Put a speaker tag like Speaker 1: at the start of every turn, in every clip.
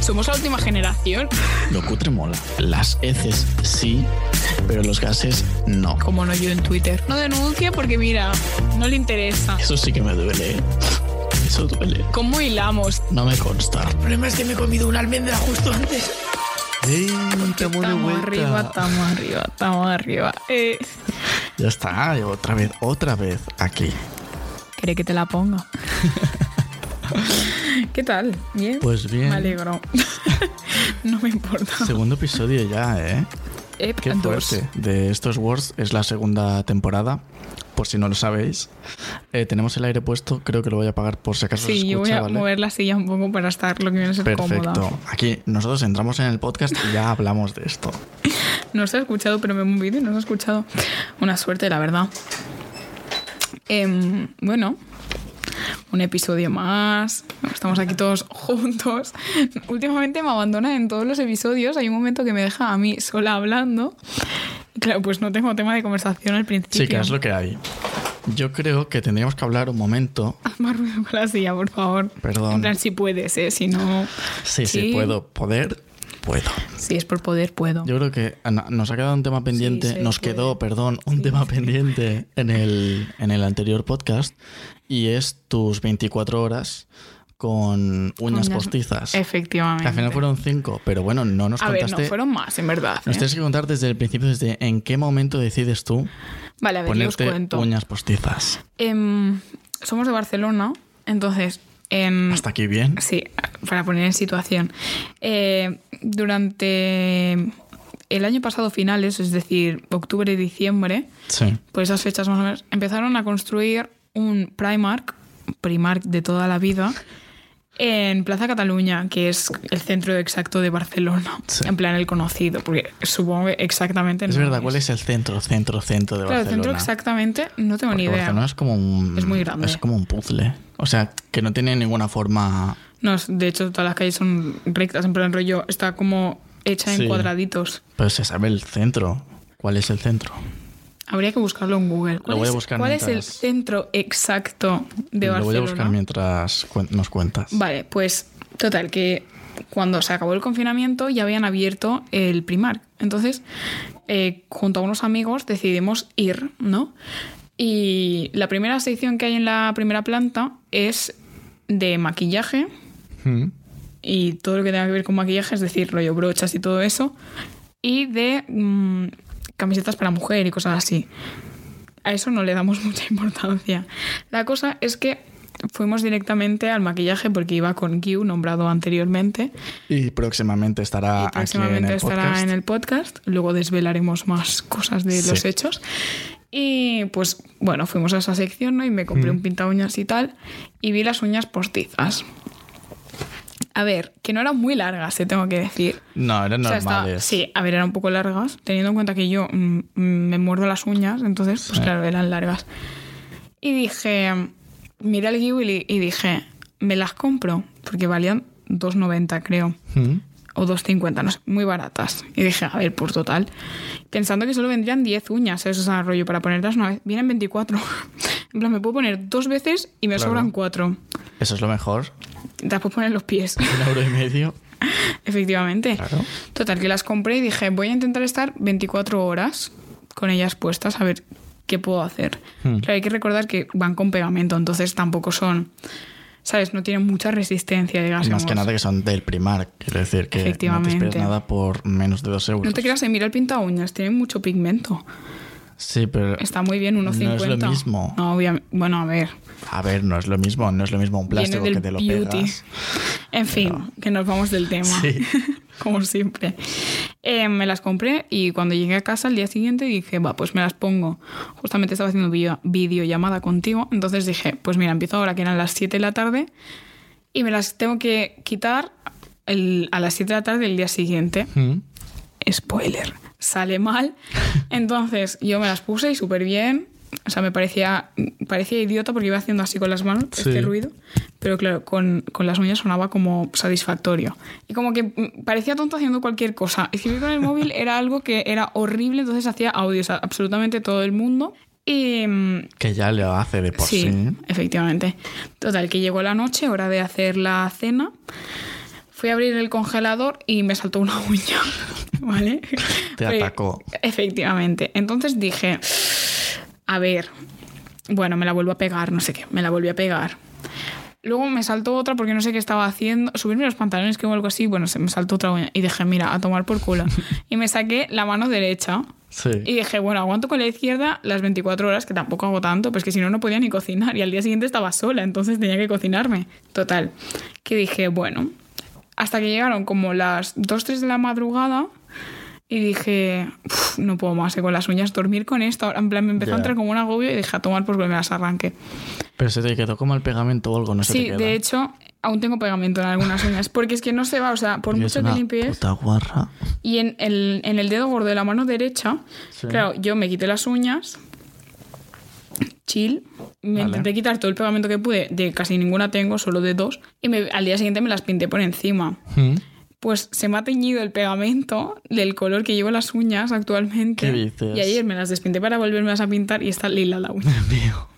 Speaker 1: somos la última generación.
Speaker 2: Lo cutre mola. Las heces sí, pero los gases no.
Speaker 1: Como no yo en Twitter. No denuncia porque mira, no le interesa.
Speaker 2: Eso sí que me duele. ¿eh? Eso duele.
Speaker 1: ¿Cómo hilamos?
Speaker 2: No me consta.
Speaker 3: El problema es que me he comido una almendra justo antes.
Speaker 4: ¡Ey! Estamos de
Speaker 1: Estamos
Speaker 4: vuelta.
Speaker 1: arriba, estamos arriba, estamos arriba. Eh,
Speaker 4: Ya está, otra vez, otra vez aquí.
Speaker 1: ¿Cree que te la ponga? ¿Qué tal? ¿Bien?
Speaker 4: Pues bien.
Speaker 1: Me alegro. no me importa.
Speaker 4: Segundo episodio ya, ¿eh?
Speaker 1: Ep,
Speaker 4: Qué
Speaker 1: dos.
Speaker 4: fuerte. De estos Wars es la segunda temporada. Por si no lo sabéis, Eh, tenemos el aire puesto. Creo que lo voy a apagar por si acaso. se
Speaker 1: Sí, yo voy
Speaker 4: escucha,
Speaker 1: a
Speaker 4: ¿vale?
Speaker 1: mover la silla un poco para estar lo que viene a ser
Speaker 4: Perfecto.
Speaker 1: cómoda.
Speaker 4: Aquí nosotros entramos en el podcast y ya hablamos de esto.
Speaker 1: No se ha escuchado, pero me he movido y no se ha escuchado. Una suerte, la verdad. Em, bueno, un episodio más. Estamos aquí todos juntos. Últimamente me abandona en todos los episodios. Hay un momento que me deja a mí sola hablando. Y claro, pues no tengo tema de conversación al principio.
Speaker 4: Chicas, lo que hay. Yo creo que tendríamos que hablar un momento.
Speaker 1: Haz más ruido con la silla, por favor.
Speaker 4: Perdón.
Speaker 1: En plan, si puedes, ¿eh? Si no...
Speaker 4: Sí, sí,
Speaker 1: Sí.
Speaker 4: puedo. Poder, puedo.
Speaker 1: Si es por poder, puedo.
Speaker 4: Yo creo que ah, no, nos ha quedado un tema pendiente,
Speaker 1: se
Speaker 4: nos
Speaker 1: puede.
Speaker 4: quedó, perdón, un tema pendiente en el, en el anterior podcast y es tus 24 horas con uñas
Speaker 1: Uñas-
Speaker 4: postizas. Que
Speaker 1: Efectivamente.
Speaker 4: al final fueron 5, pero bueno, no nos
Speaker 1: A ver,
Speaker 4: contaste.
Speaker 1: no, fueron más, en verdad.
Speaker 4: Nos
Speaker 1: ¿eh?
Speaker 4: tienes que contar desde el principio, desde en qué momento decides tú
Speaker 1: Vale, a ver, yo os
Speaker 4: ponerte
Speaker 1: cuento.
Speaker 4: uñas postizas.
Speaker 1: Em, somos de Barcelona, entonces. em,
Speaker 4: Hasta aquí bien.
Speaker 1: Sí, para poner en situación. Eh, durante el año pasado, finales, es decir, octubre y diciembre,
Speaker 4: Sí.
Speaker 1: por esas fechas más o menos, empezaron a construir un Primark, Primark de toda la vida, en Plaza Cataluña, que es el centro exacto de Barcelona.
Speaker 4: Sí.
Speaker 1: En plan, el conocido, porque supongo que exactamente.
Speaker 4: Es
Speaker 1: no
Speaker 4: verdad, ¿cuál es el centro, centro, centro de
Speaker 1: Claro, el
Speaker 4: Barcelona?
Speaker 1: centro exactamente, no tengo ni
Speaker 4: Porque
Speaker 1: idea.
Speaker 4: Barcelona es como un,
Speaker 1: Es muy grande.
Speaker 4: Es como un puzzle. O sea, que no tiene ninguna forma
Speaker 1: No, es- de hecho, todas las calles son rectas, en plan rollo, está como hecha
Speaker 4: Sí.
Speaker 1: en cuadraditos.
Speaker 4: Pero se sabe el centro. ¿Cuál es el centro?
Speaker 1: Habría que buscarlo en Google. ¿Cuál
Speaker 4: voy a
Speaker 1: es-
Speaker 4: buscar
Speaker 1: ¿Cuál es el
Speaker 4: mientras-
Speaker 1: centro exacto de
Speaker 4: Lo voy
Speaker 1: Barcelona?
Speaker 4: a buscar mientras cuen- nos cuentas.
Speaker 1: Vale, pues total, que cuando se acabó el confinamiento ya habían abierto el Primark. Entonces, eh, junto a unos amigos decidimos ir, ¿no? Y la primera sección que hay en la primera planta es de maquillaje,
Speaker 4: Hmm.
Speaker 1: y todo lo que tenga que ver con maquillaje, es decir, rollo brochas y todo eso, y de mm, camisetas para mujer y cosas así. A eso no le damos mucha importancia. La cosa es que fuimos directamente al maquillaje porque iba con Q, nombrado anteriormente,
Speaker 4: Y próximamente estará
Speaker 1: y próximamente
Speaker 4: aquí en el
Speaker 1: estará
Speaker 4: podcast.
Speaker 1: en el podcast. Luego desvelaremos más cosas de
Speaker 4: Sí.
Speaker 1: los hechos. Y pues bueno, fuimos a esa sección ¿no? y me
Speaker 4: Mm.
Speaker 1: compré un pinta uñas y tal. Y vi las uñas postizas. A ver, que no eran muy largas, te tengo que decir.
Speaker 4: No, eran
Speaker 1: O sea, estaba-
Speaker 4: normales.
Speaker 1: sí, a ver, eran un poco largas, teniendo en cuenta que yo mm, mm, me muerdo las uñas, entonces, pues
Speaker 4: Sí.
Speaker 1: claro, eran largas. Y dije, miré al Ghibli y dije, me las compro, porque valían 2,90 creo
Speaker 4: Hmm.
Speaker 1: o 2,50, no sé, muy baratas. Y dije, a ver, por total. Pensando que solo vendrían 10 uñas, eso es un rollo para ponerlas una vez. Vienen 24. En plan, me puedo poner dos veces y me
Speaker 4: Claro.
Speaker 1: sobran cuatro.
Speaker 4: Eso es lo mejor.
Speaker 1: Las puedo poner en los pies,
Speaker 4: Un euro y medio.
Speaker 1: efectivamente.
Speaker 4: Claro.
Speaker 1: Total, que las compré y dije, voy a intentar estar 24 horas con ellas puestas, a ver qué puedo hacer.
Speaker 4: Hmm.
Speaker 1: Claro, hay que recordar que van con pegamento, entonces tampoco son, ¿sabes? No tienen mucha resistencia,
Speaker 4: Y
Speaker 1: digamos.
Speaker 4: más que nada que son del Primark. Quiero decir que no te esperes
Speaker 1: Efectivamente.
Speaker 4: nada por menos de dos euros.
Speaker 1: No te creas, eh, mira el pinta uñas, tienen mucho pigmento.
Speaker 4: Sí, pero...
Speaker 1: Está muy bien, 1,50.
Speaker 4: No es lo mismo.
Speaker 1: No, obviamente. Bueno, a ver.
Speaker 4: A ver, no es lo mismo. No es lo mismo un plástico
Speaker 1: viene
Speaker 4: que
Speaker 1: del
Speaker 4: te lo
Speaker 1: beauty.
Speaker 4: pegas.
Speaker 1: En fin, que nos vamos del tema.
Speaker 4: Sí.
Speaker 1: Como siempre. Eh, me las compré y cuando llegué a casa al día siguiente dije, va, pues me las pongo. Justamente estaba haciendo video- videollamada contigo, entonces dije, pues mira, empiezo ahora que eran las 7 de la tarde y me las tengo que quitar el- a las 7 de la tarde del día siguiente.
Speaker 4: Hmm.
Speaker 1: spoiler, sale mal. Entonces yo me las puse y súper bien. O sea, me parecía, parecía idiota porque iba haciendo así con las manos
Speaker 4: Sí.
Speaker 1: este ruido. Pero claro, con, con las uñas sonaba como satisfactorio. Y como que mm, parecía tonto haciendo cualquier cosa. Escribir con el móvil era algo que era horrible, entonces hacía audios a absolutamente todo el mundo. Y, mm,
Speaker 4: Que ya lo hace de por sí.
Speaker 1: efectivamente. Total, que llegó la noche, hora de hacer la cena. fui a abrir el congelador y me saltó una uña, ¿vale?
Speaker 4: Te
Speaker 1: Fue-
Speaker 4: atacó.
Speaker 1: Efectivamente. Entonces dije, a ver, bueno, me la vuelvo a pegar, no sé qué, me la volví a pegar. Luego me saltó otra porque no sé qué estaba haciendo. Subirme los pantalones, que o algo así. Bueno, se me saltó otra uña. Y dije, mira, a tomar por culo. Y me saqué la mano derecha.
Speaker 4: Sí.
Speaker 1: Y dije, bueno, aguanto con la izquierda las 24 horas, que tampoco hago tanto, pues que si no, no podía ni cocinar. Y al día siguiente estaba sola, entonces tenía que cocinarme. Total. Que dije, bueno, hasta que llegaron como las 2, 3 de la madrugada. Y dije, "Uf, no puedo más eh, con las uñas, dormir con esto. En plan, me empezó
Speaker 4: Ya.
Speaker 1: a entrar como un agobio y dije, a tomar por culo, me las arranqué.
Speaker 4: Pero se te quedó como el pegamento o algo, no se te
Speaker 1: Sí,
Speaker 4: queda.
Speaker 1: de hecho, aún tengo pegamento en algunas uñas, porque es que no se va, o sea, por
Speaker 4: Eres
Speaker 1: mucho
Speaker 4: una
Speaker 1: que limpies.
Speaker 4: Puta guarra.
Speaker 1: Y en el, en el dedo gordo de la mano derecha,
Speaker 4: Sí.
Speaker 1: claro, yo me quité las uñas, chill, me
Speaker 4: Vale.
Speaker 1: intenté quitar todo el pegamento que pude, de casi ninguna tengo, solo de dos, y me- al día siguiente me las pinté por encima.
Speaker 4: ¿Mm?
Speaker 1: Pues se me ha teñido el pegamento del color que llevo en las uñas actualmente.
Speaker 4: ¿Qué dices?
Speaker 1: Y ayer me las despinté para volverme a pintar y está lila la uña,
Speaker 4: Mío.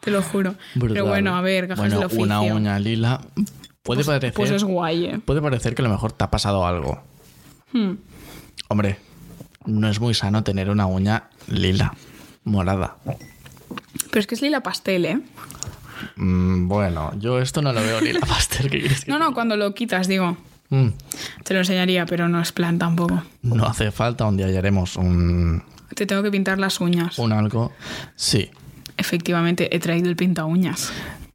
Speaker 1: te lo juro.
Speaker 4: Brutal.
Speaker 1: Pero bueno, a ver, gajas
Speaker 4: Bueno,
Speaker 1: del oficio.
Speaker 4: Una uña lila. Puede parecer.
Speaker 1: Pues es guay, eh.
Speaker 4: Puede parecer que a lo mejor te ha pasado algo.
Speaker 1: Hmm.
Speaker 4: Hombre, no es muy sano tener una uña lila, morada.
Speaker 1: Pero es que es lila pastel, ¿eh?
Speaker 4: Mm, bueno, yo esto no lo veo lila pastel. ¿qué quieres que
Speaker 1: No, no, cuando lo quitas, digo.
Speaker 4: Mm,
Speaker 1: Te lo enseñaría, pero no es plan tampoco.
Speaker 4: no hace falta, un día hallaremos un,
Speaker 1: Te tengo que pintar las uñas.
Speaker 4: un algo. Sí.
Speaker 1: Efectivamente, he traído el pinta uñas.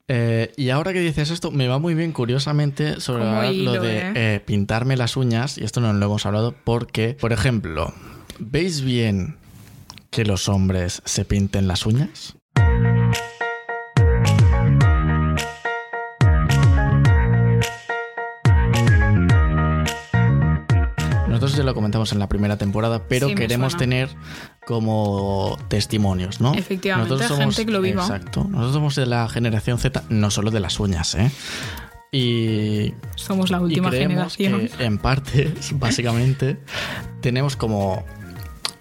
Speaker 4: Eh, y ahora que dices esto, me va muy bien, curiosamente, sobre
Speaker 1: Como
Speaker 4: hablar
Speaker 1: hilo,
Speaker 4: lo de
Speaker 1: ¿eh?
Speaker 4: eh, pintarme las uñas, y esto no lo hemos hablado, porque, por ejemplo, ¿veis bien que los hombres se pinten las uñas? Nosotros ya lo comentamos en la primera temporada, pero
Speaker 1: Sí, me
Speaker 4: queremos
Speaker 1: suena.
Speaker 4: tener como testimonios, ¿no?
Speaker 1: Efectivamente, gente que lo viva.
Speaker 4: Exacto. Nosotros somos de la generación Z, no solo de las uñas, ¿eh? Y
Speaker 1: Somos la última
Speaker 4: y creemos
Speaker 1: generación.
Speaker 4: que, en parte, básicamente, tenemos como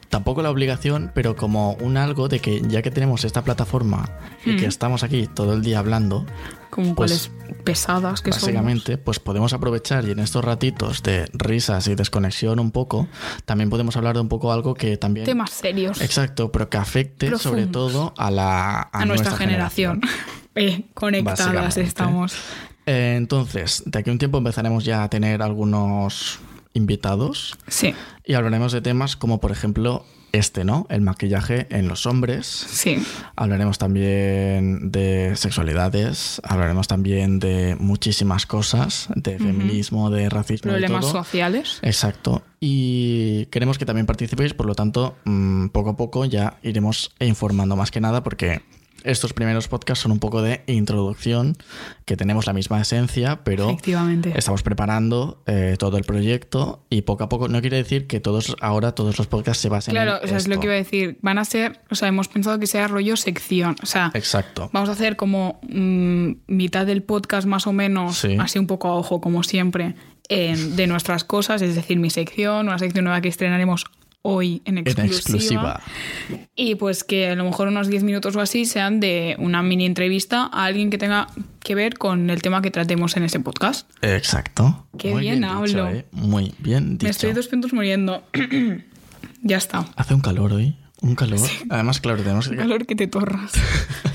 Speaker 4: tampoco la obligación, pero como un algo de que ya que tenemos esta plataforma y
Speaker 1: Mm.
Speaker 4: que estamos aquí todo el día hablando,
Speaker 1: Como
Speaker 4: pues,
Speaker 1: cuáles pesadas que
Speaker 4: básicamente, pues podemos aprovechar y en estos ratitos de risas y desconexión un poco, también podemos hablar de un poco algo que también
Speaker 1: somos. Temas serios.
Speaker 4: Exacto, pero que afecte
Speaker 1: Profundos.
Speaker 4: sobre todo a la
Speaker 1: a, nuestra, generación. Eh, conectadas
Speaker 4: Básicamente.
Speaker 1: estamos.
Speaker 4: Eh, Entonces, de aquí a un tiempo empezaremos ya a tener algunos invitados
Speaker 1: Sí,
Speaker 4: y hablaremos de temas como, por ejemplo, este, ¿no? El maquillaje en los hombres.
Speaker 1: sí.
Speaker 4: Hablaremos también de sexualidades, hablaremos también de muchísimas cosas, de feminismo, de racismo. y
Speaker 1: Problemas
Speaker 4: todo.
Speaker 1: sociales.
Speaker 4: Exacto. Y queremos que también participéis, por lo tanto, mm, poco a poco ya iremos informando más que nada porque estos primeros podcasts son un poco de introducción, que tenemos la misma esencia, pero
Speaker 1: Efectivamente.
Speaker 4: estamos preparando eh, todo el proyecto y poco a poco no quiere decir que todos ahora todos los podcasts se basen
Speaker 1: Claro,
Speaker 4: en
Speaker 1: o sea, es lo
Speaker 4: esto.
Speaker 1: que iba a decir. Van a ser, o sea, hemos pensado que sea rollo sección. O sea,
Speaker 4: Exacto.
Speaker 1: Vamos a hacer como mm, mitad del podcast más o menos,
Speaker 4: Sí.
Speaker 1: así un poco a ojo como siempre, en- de nuestras cosas, es decir, mi sección, una sección nueva que estrenaremos hoy en
Speaker 4: En
Speaker 1: exclusiva.
Speaker 4: exclusiva.
Speaker 1: Y pues que a lo mejor unos 10 minutos o así sean de una mini entrevista a alguien que tenga que ver con el tema que tratemos en ese podcast.
Speaker 4: Exacto.
Speaker 1: Qué
Speaker 4: Muy
Speaker 1: bien
Speaker 4: dicho,
Speaker 1: hablo.
Speaker 4: ¿eh? Muy bien dicho.
Speaker 1: Me estoy dos puntos muriendo. ya está.
Speaker 4: Hace un calor hoy. Un calor. Además, claro, tenemos que
Speaker 1: Calor que te torras.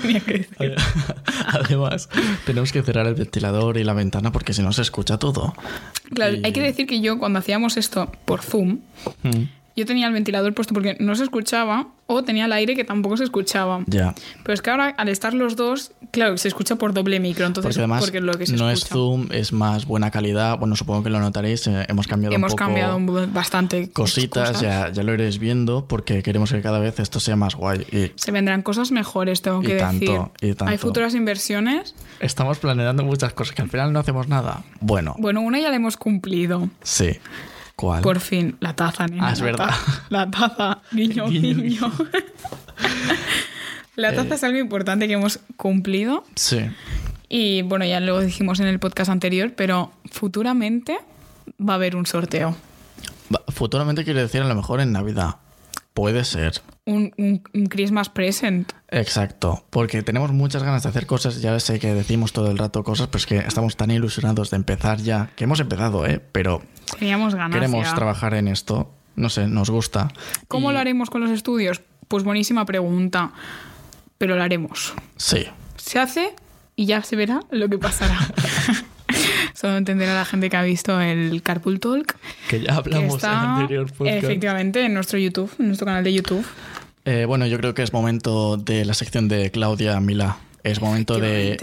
Speaker 1: Tenía que decir.
Speaker 4: Además, tenemos que cerrar el ventilador y la ventana porque si no se escucha todo.
Speaker 1: Claro,
Speaker 4: Y-
Speaker 1: hay que decir que yo cuando hacíamos esto por Zoom,
Speaker 4: Mm,
Speaker 1: Yo tenía el ventilador puesto porque no se escuchaba o tenía el aire que tampoco se escuchaba.
Speaker 4: Ya.
Speaker 1: Pero es que ahora al estar los dos, claro, se escucha por doble micro, entonces
Speaker 4: Porque además
Speaker 1: porque es lo que se
Speaker 4: no es
Speaker 1: escucha.
Speaker 4: Zoom, es más buena calidad. Bueno, supongo que lo notaréis. eh, hemos cambiado
Speaker 1: Hemos
Speaker 4: un poco
Speaker 1: cambiado bu- bastante
Speaker 4: cositas,
Speaker 1: cosas.
Speaker 4: Ya, ya lo iréis viendo porque queremos que cada vez esto sea más guay. Y
Speaker 1: Se vendrán cosas mejores, tengo
Speaker 4: Y
Speaker 1: que
Speaker 4: tanto,
Speaker 1: decir.
Speaker 4: y tanto.
Speaker 1: Hay futuras inversiones.
Speaker 4: estamos planeando muchas cosas que al final no hacemos nada. Bueno,
Speaker 1: Bueno, una ya la hemos cumplido.
Speaker 4: sí. ¿Cuál?
Speaker 1: Por fin, la taza, nena.
Speaker 4: Ah, es
Speaker 1: la
Speaker 4: verdad.
Speaker 1: taza, la taza, guiño,
Speaker 4: Guiño,
Speaker 1: guiño.
Speaker 4: guiño.
Speaker 1: la taza es algo importante que hemos cumplido.
Speaker 4: Sí.
Speaker 1: Y bueno, ya lo dijimos en el podcast anterior, pero futuramente va a haber un sorteo.
Speaker 4: Va- Futuramente quiero decir a lo mejor en Navidad. Puede ser.
Speaker 1: un, un, un Christmas present.
Speaker 4: Exacto, porque tenemos muchas ganas de hacer cosas, ya sé que decimos todo el rato cosas, pero es que estamos tan ilusionados de empezar ya, que hemos empezado, ¿eh? Pero
Speaker 1: Teníamos ganas.
Speaker 4: queremos
Speaker 1: ya.
Speaker 4: trabajar en esto, no sé, nos gusta.
Speaker 1: ¿Cómo lo haremos con los estudios? Pues buenísima pregunta. Pero lo haremos.
Speaker 4: Sí,
Speaker 1: Se hace y ya se verá lo que pasará. Solo entenderá la gente que ha visto el Carpool Talk.
Speaker 4: que ya
Speaker 1: que
Speaker 4: hablamos en el
Speaker 1: está
Speaker 4: anterior podcast.
Speaker 1: efectivamente en nuestro YouTube, en nuestro canal de YouTube.
Speaker 4: Eh, bueno, yo creo que es momento de la sección de Claudia Milá. Es momento de...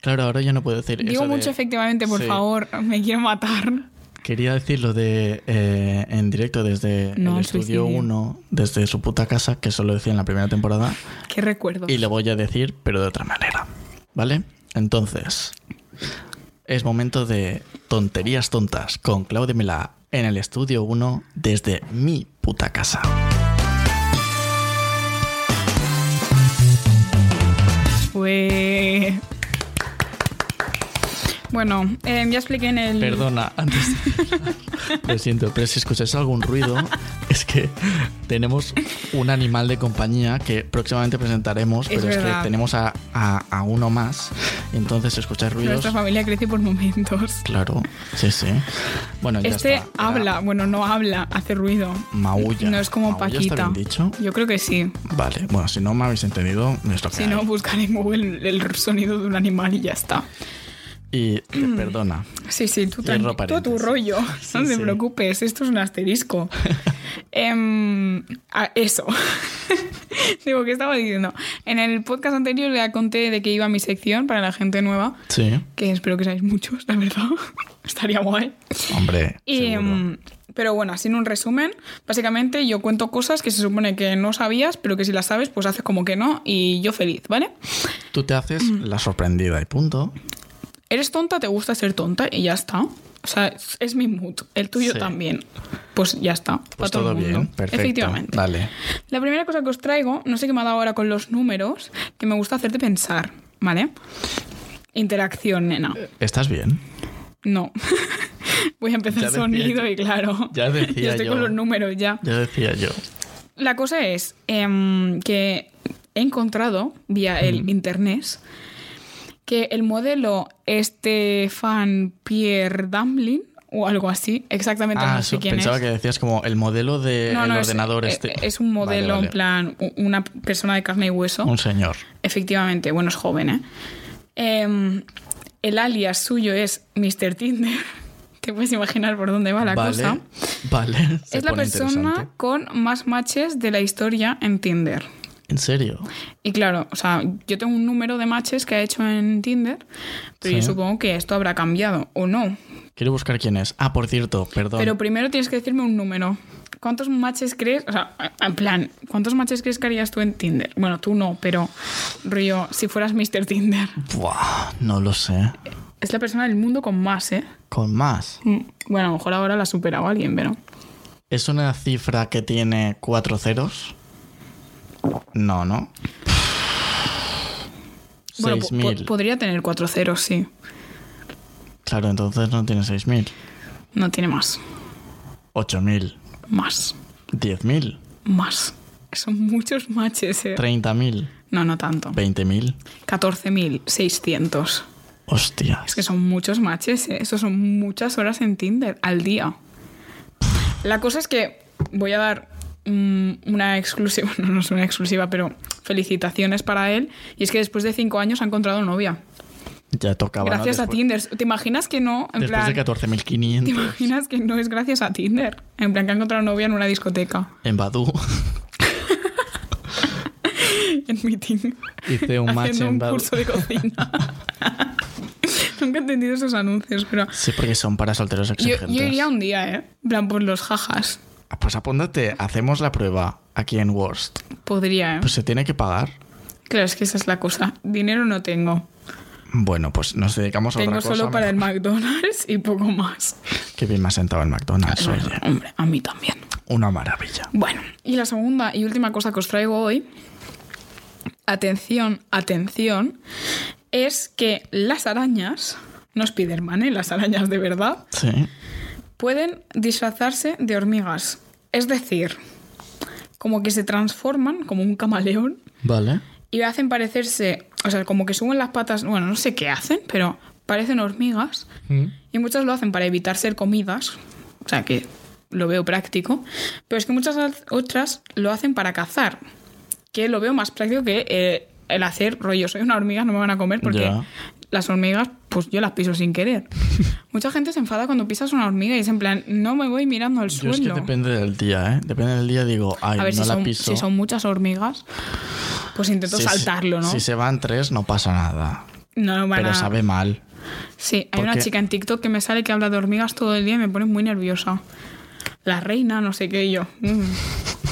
Speaker 4: Claro, ahora yo no puedo decir...
Speaker 1: Digo
Speaker 4: eso de-
Speaker 1: mucho efectivamente, por
Speaker 4: Sí.
Speaker 1: favor, me quiero matar.
Speaker 4: Quería decir lo de eh, en directo desde
Speaker 1: No,
Speaker 4: el
Speaker 1: el
Speaker 4: estudio
Speaker 1: suicidio.
Speaker 4: 1, desde su puta casa, que eso lo decía en la primera temporada,
Speaker 1: Qué recuerdo.
Speaker 4: y lo voy a decir, pero de otra manera. ¿Vale? Entonces, es momento de tonterías tontas con Claudia Milá en el estudio 1 desde mi puta casa.
Speaker 1: Fue- Pues, Bueno, eh, ya expliqué en el...
Speaker 4: Perdona, antes. Lo siento, pero si escucháis algún ruido, es que tenemos un animal de compañía que próximamente presentaremos,
Speaker 1: Es
Speaker 4: pero es, que
Speaker 1: verdad.
Speaker 4: tenemos a, a- a uno más. Entonces, si escucháis ruidos.
Speaker 1: Nuestra familia crece por momentos.
Speaker 4: Claro, sí, sí. Bueno, ya
Speaker 1: Este
Speaker 4: está. Era
Speaker 1: habla, bueno, no habla, hace ruido.
Speaker 4: Maulla.
Speaker 1: No es como
Speaker 4: Maulla
Speaker 1: Paquita.
Speaker 4: ¿Está bien dicho?
Speaker 1: Yo creo que sí.
Speaker 4: Vale, bueno, si no me habéis entendido, es lo que
Speaker 1: Si
Speaker 4: hay.
Speaker 1: no, buscar en Google el sonido de un animal y ya está.
Speaker 4: Y eh,
Speaker 1: Mm.
Speaker 4: perdona.
Speaker 1: Sí, sí, tú,
Speaker 4: Cierro
Speaker 1: tranqui- tú a tu
Speaker 4: paréntesis.
Speaker 1: rollo. no te
Speaker 4: sí.
Speaker 1: preocupes, esto es un asterisco. Em, ah, eso. Digo, ¿qué estaba diciendo? En el podcast anterior ya conté de que iba a mi sección para la gente nueva,
Speaker 4: Sí,
Speaker 1: que espero que seáis muchos, la verdad. Estaría guay.
Speaker 4: hombre.
Speaker 1: Y,
Speaker 4: seguro.
Speaker 1: em, pero bueno, así en un resumen, básicamente yo cuento cosas que se supone que no sabías, pero que si las sabes, pues haces como que no y yo feliz, ¿vale?
Speaker 4: Tú te haces
Speaker 1: mm.
Speaker 4: la sorprendida y punto.
Speaker 1: Eres tonta, te gusta ser tonta y ya está. O sea, es, es mi mood, el tuyo
Speaker 4: Sí.
Speaker 1: también. Pues ya está. pa'
Speaker 4: Pues
Speaker 1: todo,
Speaker 4: todo
Speaker 1: el mundo.
Speaker 4: bien, perfecto.
Speaker 1: Efectivamente.
Speaker 4: Dale.
Speaker 1: La primera cosa que os traigo, no sé qué me ha dado ahora con los números, que me gusta hacerte pensar, ¿vale? Interacción, nena.
Speaker 4: ¿Estás bien?
Speaker 1: No. Voy a empezar
Speaker 4: Ya decía
Speaker 1: sonido
Speaker 4: yo-
Speaker 1: y claro.
Speaker 4: ya decía
Speaker 1: estoy
Speaker 4: yo.
Speaker 1: con los números ya.
Speaker 4: Ya decía yo.
Speaker 1: La cosa es em, que he encontrado vía el internet que el modelo Stefan Pierre Damlin o algo así, exactamente
Speaker 4: Ah,
Speaker 1: no sé
Speaker 4: eso,
Speaker 1: quién
Speaker 4: pensaba
Speaker 1: es.
Speaker 4: que decías como el modelo del
Speaker 1: No, no, es-
Speaker 4: ordenador.
Speaker 1: es,
Speaker 4: este.
Speaker 1: es un
Speaker 4: Vale,
Speaker 1: modelo
Speaker 4: vale.
Speaker 1: en plan u- una persona de carne y hueso.
Speaker 4: Un señor.
Speaker 1: Efectivamente, bueno, es joven, ¿eh? Em, el alias suyo es Mr. Tinder. Te puedes imaginar por dónde va la
Speaker 4: vale,
Speaker 1: cosa.
Speaker 4: Vale. se
Speaker 1: Es la
Speaker 4: pone
Speaker 1: persona
Speaker 4: interesante.
Speaker 1: con más matches de la historia en Tinder.
Speaker 4: En serio.
Speaker 1: Y claro, o sea, yo tengo un número de matches que ha hecho en Tinder, pero yo
Speaker 4: Sí.
Speaker 1: supongo que esto habrá cambiado o no.
Speaker 4: Quiero buscar quién es. Ah, por cierto, perdón.
Speaker 1: Pero primero tienes que decirme un número. ¿Cuántos matches crees? O sea, en plan, ¿cuántos matches crees que harías tú en Tinder? Bueno, tú no, pero rollo, si fueras Mr. Tinder.
Speaker 4: Buah, no lo sé.
Speaker 1: Es la persona del mundo con más, ¿eh?
Speaker 4: Con más.
Speaker 1: Mm, Bueno, a lo mejor ahora la ha superado alguien, pero.
Speaker 4: ¿Es una cifra que tiene cuatro ceros? No, ¿no?
Speaker 1: Bueno, pues, po- po-
Speaker 4: 6.000.
Speaker 1: podría tener cuatro ceros, sí. pues-
Speaker 4: Claro, entonces no tiene 6.000.
Speaker 1: No tiene más.
Speaker 4: 8.000.
Speaker 1: Más.
Speaker 4: 10.000.
Speaker 1: Más. Son muchos matches, ¿eh?
Speaker 4: 30.000.
Speaker 1: No, no tanto.
Speaker 4: 20.000.
Speaker 1: 14.600.
Speaker 4: Hostia.
Speaker 1: Es que son muchos matches, ¿eh? eso son muchas horas en Tinder al día. La cosa es que voy a dar mm, una exclusiva, no, no es una exclusiva, pero felicitaciones para él. Y es que después de cinco años ha encontrado novia.
Speaker 4: Ya tocaba. ¿no?
Speaker 1: gracias a
Speaker 4: Ah, Después-
Speaker 1: Tinder. ¿Te imaginas que no? En
Speaker 4: Después
Speaker 1: plan,
Speaker 4: de
Speaker 1: ¿Te
Speaker 4: 14.500
Speaker 1: imaginas que no es gracias a Tinder? En plan que ha encontrado novia en una discoteca,
Speaker 4: en Badu
Speaker 1: en meeting,
Speaker 4: hice un match
Speaker 1: haciendo
Speaker 4: en
Speaker 1: un
Speaker 4: Badu.
Speaker 1: curso de cocina. Nunca he entendido esos anuncios, pero...
Speaker 4: Sí, porque son para solteros
Speaker 1: Yo,
Speaker 4: exigentes.
Speaker 1: yo iría un día, ¿eh? En plan por los jajas.
Speaker 4: Pues apóndate, hacemos la prueba aquí en Worst.
Speaker 1: Podría, ¿eh?
Speaker 4: Pues se tiene que pagar.
Speaker 1: Claro, es que esa es la cosa. Dinero no tengo.
Speaker 4: Bueno, pues nos dedicamos a
Speaker 1: Tengo
Speaker 4: otra cosa.
Speaker 1: solo para el
Speaker 4: mejor.
Speaker 1: McDonald's y poco más.
Speaker 4: Qué bien me ha sentado el McDonald's, oye.
Speaker 1: Hombre, a mí también.
Speaker 4: Una maravilla.
Speaker 1: Bueno, y la segunda y última cosa que os traigo hoy, atención, atención, es que las arañas, no Spiderman, ¿eh? las arañas de verdad,
Speaker 4: Sí.
Speaker 1: pueden disfrazarse de hormigas. Es decir, como que se transforman como un camaleón
Speaker 4: Vale.
Speaker 1: y hacen parecerse, o sea, como que suben las patas, bueno, no sé qué hacen, pero parecen hormigas y muchas lo hacen para evitar ser comidas, o sea, que lo veo práctico, pero es que muchas az- otras lo hacen para cazar, que lo veo más práctico que eh, el hacer rollo, soy una hormiga, no me van a comer porque
Speaker 4: Ya.
Speaker 1: las hormigas, pues yo las piso sin querer. Mucha gente se enfada cuando pisas una hormiga y es en plan, no me voy mirando al
Speaker 4: Yo
Speaker 1: suelo.
Speaker 4: es que depende del día, ¿eh? Depende del día, digo, ay,
Speaker 1: a ver,
Speaker 4: no
Speaker 1: si,
Speaker 4: la
Speaker 1: son,
Speaker 4: piso.
Speaker 1: si son muchas hormigas, pues intento
Speaker 4: Si se-
Speaker 1: saltarlo, ¿no?
Speaker 4: Si se van tres, no pasa nada.
Speaker 1: no, no van
Speaker 4: Pero
Speaker 1: a-
Speaker 4: sabe mal.
Speaker 1: Sí, hay
Speaker 4: ¿Por
Speaker 1: una
Speaker 4: qué?
Speaker 1: chica en TikTok que me sale que habla de hormigas todo el día y me pone muy nerviosa. La reina, no sé qué, y yo. mm.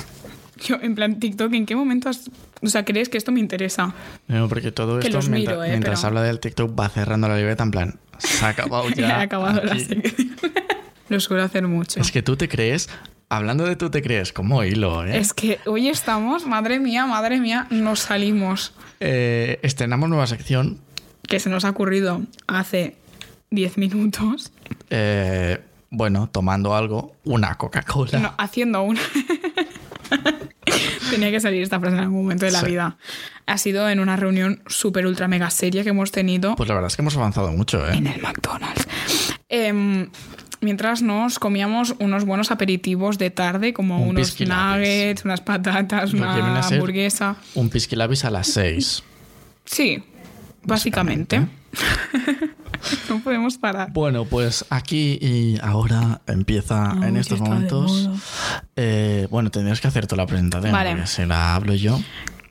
Speaker 1: Yo, en plan, TikTok, ¿en qué momento has- O sea, crees que esto me interesa?
Speaker 4: No, porque todo
Speaker 1: Que
Speaker 4: esto,
Speaker 1: los
Speaker 4: mientras,
Speaker 1: miro, ¿eh?
Speaker 4: mientras
Speaker 1: Pero-
Speaker 4: habla del TikTok, va cerrando la libreta en plan, se ha acabado
Speaker 1: He
Speaker 4: Pues ya.
Speaker 1: acabado la
Speaker 4: aquí".
Speaker 1: sección. Lo suelo hacer mucho.
Speaker 4: Es que tú te crees, hablando de tú te crees, como hilo, ¿eh?
Speaker 1: Es que hoy estamos, madre mía, madre mía, nos salimos.
Speaker 4: Eh, Estrenamos nueva sección.
Speaker 1: Que se nos ha ocurrido hace 10 minutos.
Speaker 4: eh, bueno, tomando algo, una Coca-Cola.
Speaker 1: No, haciendo una. Tenía que salir esta frase en algún momento de la
Speaker 4: Sí.
Speaker 1: vida. Ha sido en una reunión súper ultra mega seria que hemos tenido
Speaker 4: Pues la verdad es que hemos avanzado mucho, ¿eh?
Speaker 1: en el McDonald's. Em, mientras nos comíamos unos buenos aperitivos de tarde, como
Speaker 4: Un
Speaker 1: unos
Speaker 4: pisky lapis.
Speaker 1: nuggets, unas patatas,
Speaker 4: Lo que viene
Speaker 1: una
Speaker 4: a ser
Speaker 1: hamburguesa.
Speaker 4: Un pisqui labis a las 6.
Speaker 1: Sí, básicamente. no podemos parar.
Speaker 4: Bueno, pues aquí y ahora empieza
Speaker 1: Ay,
Speaker 4: en
Speaker 1: que
Speaker 4: estos
Speaker 1: está de
Speaker 4: momentos.
Speaker 1: moda.
Speaker 4: eh, bueno, tendrías que hacer toda la presentación.
Speaker 1: Vale.
Speaker 4: porque Se la hablo yo.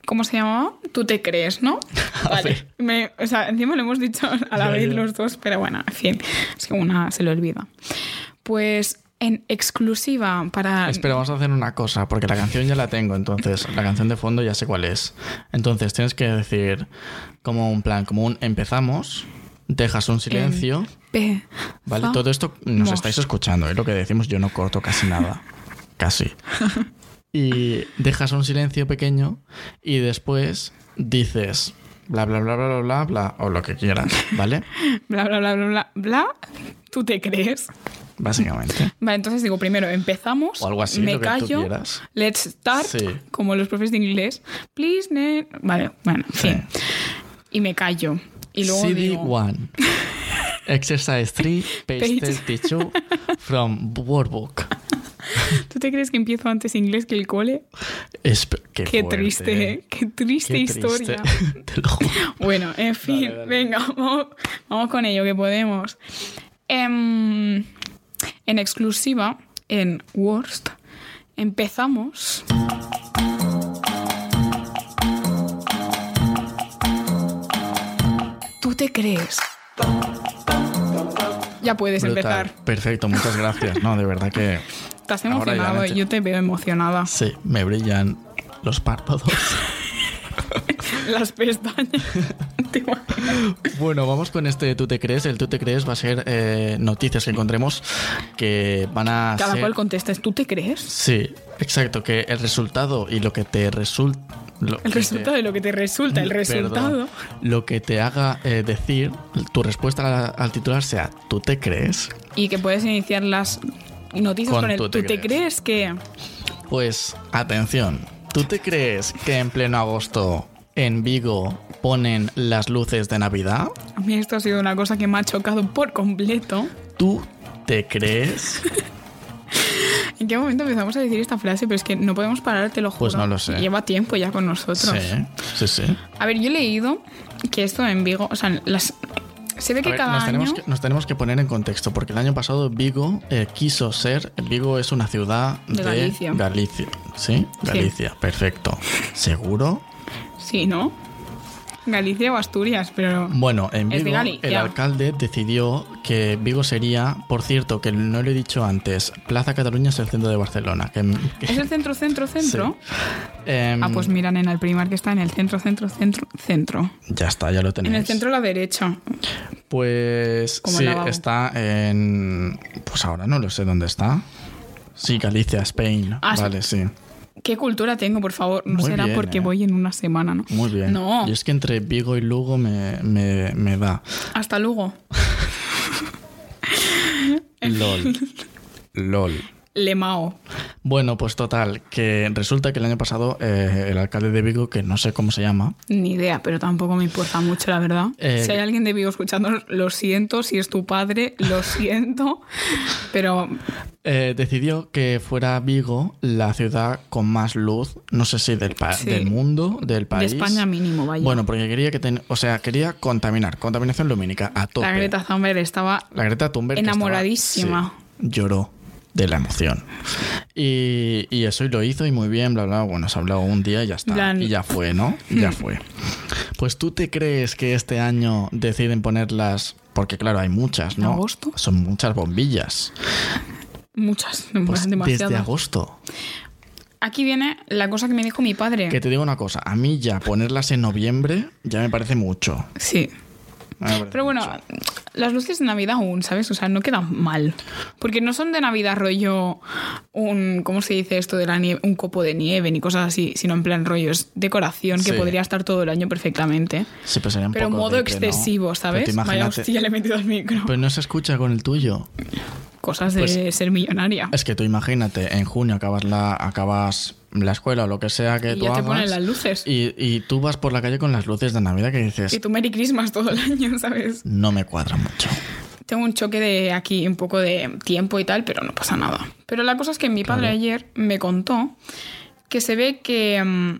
Speaker 1: ¿Cómo se llamaba? Tú te crees, ¿no? Vale.
Speaker 4: ver.
Speaker 1: Me- o sea, encima lo hemos dicho a la
Speaker 4: Ya,
Speaker 1: vez
Speaker 4: ya.
Speaker 1: los dos, pero bueno, en fin, es que una se le olvida. Pues en exclusiva para...
Speaker 4: Espera, vamos a hacer una cosa, porque la canción ya la tengo, entonces la canción de fondo ya sé cuál es. Entonces tienes que decir como un plan, como un empezamos, dejas un silencio,
Speaker 1: Pe-
Speaker 4: ¿vale?
Speaker 1: fa-
Speaker 4: Todo esto nos
Speaker 1: mos.
Speaker 4: estáis escuchando, es lo que decimos, yo no corto casi nada, casi. Y dejas un silencio pequeño y después dices bla bla bla bla bla bla bla o lo que quieras, ¿vale?
Speaker 1: Bla, bla, bla, bla, bla, bla. Tú te crees.
Speaker 4: Básicamente.
Speaker 1: Vale, entonces digo, primero empezamos.
Speaker 4: O algo así,
Speaker 1: me
Speaker 4: lo que tú
Speaker 1: callo.
Speaker 4: quieras.
Speaker 1: let's start.
Speaker 4: Sí.
Speaker 1: Como los profes de inglés. Please, ne- Vale, bueno, en fin. Y me callo. Y luego digo,
Speaker 4: CD1. Exercise 3, page
Speaker 1: Page.
Speaker 4: 32 from workbook.
Speaker 1: ¿tú te crees que empiezo antes inglés que el cole?
Speaker 4: Espe- qué
Speaker 1: Qué
Speaker 4: fuerte,
Speaker 1: triste,
Speaker 4: ¿eh?
Speaker 1: ¿eh? qué triste
Speaker 4: Qué
Speaker 1: historia.
Speaker 4: triste, te lo juro.
Speaker 1: Bueno, en fin,
Speaker 4: dale.
Speaker 1: venga, vamos, vamos con ello que podemos. Em, en exclusiva, en Worst, empezamos. ¿Tú te crees? Ya puedes
Speaker 4: Brutal.
Speaker 1: empezar.
Speaker 4: Perfecto, muchas gracias. No, de verdad que
Speaker 1: Estás
Speaker 4: Ahora ya,
Speaker 1: emocionado, ¿eh?
Speaker 4: adelante.
Speaker 1: yo te veo emocionada.
Speaker 4: sí, me brillan los párpados.
Speaker 1: Las pestañas. Te imaginas.
Speaker 4: Bueno, vamos con este Tú te crees. El Tú te crees va a ser eh, noticias que encontremos que van a
Speaker 1: Cada
Speaker 4: ser...
Speaker 1: cual contestes, ¿tú te crees?
Speaker 4: Sí, exacto, que el resultado y lo que te resulta...
Speaker 1: El resultado de lo que te resulta, el resultado.
Speaker 4: Mm, Perdón. Lo que te haga eh, decir, tu respuesta a- al, titular sea, ¿tú te crees?
Speaker 1: Y que puedes iniciar las noticias
Speaker 4: Con
Speaker 1: con, el
Speaker 4: tú
Speaker 1: ¿tú
Speaker 4: te
Speaker 1: te, crees? que?
Speaker 4: Pues atención, ¿tú te crees que en pleno agosto en Vigo ponen las luces de Navidad?
Speaker 1: A mí esto ha sido una cosa que me ha chocado por completo.
Speaker 4: ¿Tú te crees?
Speaker 1: ¿En qué momento empezamos a decir esta frase? Pero es que no podemos parar, te lo juro.
Speaker 4: Pues no lo sé.
Speaker 1: Lleva tiempo ya con nosotros.
Speaker 4: Sí, sí, sí.
Speaker 1: A ver, yo he leído que esto en Vigo, o sea, las... se ve
Speaker 4: A
Speaker 1: que
Speaker 4: ver,
Speaker 1: cada
Speaker 4: nos,
Speaker 1: año...
Speaker 4: tenemos que, nos tenemos que poner en contexto, porque el año pasado Vigo eh, quiso ser. Vigo es una ciudad
Speaker 1: De
Speaker 4: de,
Speaker 1: Galicia.
Speaker 4: Galicia, ¿Sí? Galicia, perfecto. ¿Seguro?
Speaker 1: Sí, ¿no? Galicia o Asturias, pero...
Speaker 4: Bueno, en
Speaker 1: Es de
Speaker 4: Vigo,
Speaker 1: Gali,
Speaker 4: el
Speaker 1: ya.
Speaker 4: alcalde decidió que Vigo sería, por cierto, que no lo he dicho antes, Plaza Cataluña es el centro de Barcelona. Que, que-
Speaker 1: ¿Es el centro, centro, centro?
Speaker 4: Em,
Speaker 1: Ah, pues miran en el primar que está en el centro, centro, centro, centro.
Speaker 4: Ya está, ya lo tenéis.
Speaker 1: En el centro a la derecha.
Speaker 4: Pues
Speaker 1: Como
Speaker 4: sí,
Speaker 1: lavabo.
Speaker 4: está en... Pues ahora no lo sé dónde está. Sí, Galicia, Spain.
Speaker 1: Ah, sí.
Speaker 4: vale, sí.
Speaker 1: ¿Qué cultura tengo, por favor? No
Speaker 4: Muy
Speaker 1: será
Speaker 4: bien,
Speaker 1: porque
Speaker 4: eh.
Speaker 1: voy en una semana, ¿no?
Speaker 4: Muy bien.
Speaker 1: No,
Speaker 4: Y es que entre Vigo y Lugo me, me- me da.
Speaker 1: hasta luego.
Speaker 4: LOL. LOL.
Speaker 1: Lemao.
Speaker 4: Bueno, pues total, que resulta que el año pasado eh, el alcalde de Vigo, que no sé cómo se llama,
Speaker 1: Ni idea, pero tampoco me importa mucho, la verdad.
Speaker 4: Eh,
Speaker 1: si hay alguien de Vigo escuchándonos, lo siento. Si es tu padre, lo siento. pero
Speaker 4: eh, decidió que fuera Vigo la ciudad con más luz, no sé si del, pa-
Speaker 1: Sí.
Speaker 4: del mundo, del país.
Speaker 1: de España mínimo, vaya.
Speaker 4: Bueno, porque quería que ten- o sea, quería contaminar, contaminación lumínica a tope.
Speaker 1: la Greta Thunberg estaba...
Speaker 4: La Greta Thunberg que estaba-
Speaker 1: Enamoradísima.
Speaker 4: sí, lloró de la emoción. Y, y eso y lo hizo y muy bien, bla, bla. Bueno, se ha hablado un día y ya está.
Speaker 1: Plan-
Speaker 4: Y ya fue, ¿no? Ya fue. Pues tú te crees que este año deciden ponerlas, porque claro, hay muchas, ¿no?
Speaker 1: ¿Agosto?
Speaker 4: Son muchas bombillas.
Speaker 1: Muchas,
Speaker 4: Pues
Speaker 1: demasiadas.
Speaker 4: desde agosto.
Speaker 1: Aquí viene la cosa que me dijo mi padre.
Speaker 4: Que te digo una cosa, a mí ya ponerlas en noviembre ya me parece mucho.
Speaker 1: Sí.
Speaker 4: Me parece
Speaker 1: Pero bueno,
Speaker 4: mucho.
Speaker 1: las luces de Navidad aún, ¿sabes? O sea, no quedan mal. Porque no son de Navidad rollo un, ¿cómo se dice esto de la nieve? Un copo de nieve ni cosas así, sino en plan rollo es decoración que
Speaker 4: Sí.
Speaker 1: podría estar todo el año perfectamente.
Speaker 4: Sí, pero sería un
Speaker 1: Pero
Speaker 4: poco
Speaker 1: modo
Speaker 4: de que no.
Speaker 1: excesivo,
Speaker 4: Pero te
Speaker 1: ¿sabes? Vaya
Speaker 4: imagínate-
Speaker 1: hostia, le he metido al micro.
Speaker 4: Pero Pues no se escucha con el tuyo.
Speaker 1: cosas de
Speaker 4: pues-
Speaker 1: ser millonaria.
Speaker 4: Es que tú imagínate, en junio acabas la, acabas la escuela o lo que sea que
Speaker 1: Y
Speaker 4: tú
Speaker 1: ya te
Speaker 4: hagas.
Speaker 1: ponen las luces.
Speaker 4: Y, y tú vas por la calle con las luces de Navidad que dices,
Speaker 1: Y tu Merry Christmas todo el año, ¿sabes?
Speaker 4: no me cuadra mucho.
Speaker 1: Tengo un choque de aquí, un poco de tiempo y tal, pero no pasa nada. Pero la cosa es que mi padre ayer me contó que se ve que mm,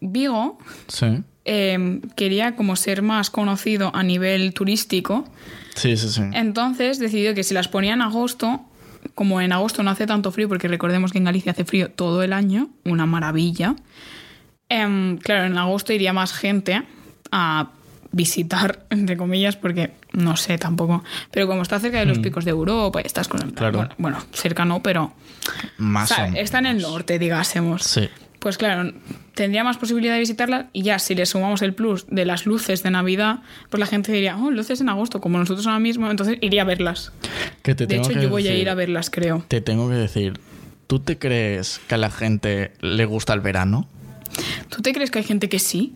Speaker 1: Vigo
Speaker 4: Sí.
Speaker 1: eh, quería como ser más conocido a nivel turístico,
Speaker 4: Sí, sí, sí.
Speaker 1: Eh, entonces decidió que si las ponía en agosto, como en agosto no hace tanto frío, porque recordemos que en Galicia hace frío todo el año, una maravilla, em, claro, en agosto iría más gente a visitar, entre comillas, porque no sé tampoco, pero como está cerca de los picos de Europa y estas cosas,
Speaker 4: Claro.
Speaker 1: bueno, bueno, cerca no, pero
Speaker 4: Más o
Speaker 1: ¿sabe?
Speaker 4: menos.
Speaker 1: está en el norte, digásemos.
Speaker 4: Sí.
Speaker 1: Pues claro, tendría más posibilidad de visitarla y ya si le sumamos el plus de las luces de Navidad, pues la gente diría, oh, luces en agosto, como nosotros ahora mismo, entonces iría a verlas.
Speaker 4: Que te
Speaker 1: de
Speaker 4: tengo
Speaker 1: hecho,
Speaker 4: que
Speaker 1: yo voy a
Speaker 4: decir-
Speaker 1: ir a verlas, creo.
Speaker 4: Te tengo que decir, ¿tú te crees que a la gente le gusta el verano?
Speaker 1: ¿Tú te crees que hay gente que sí?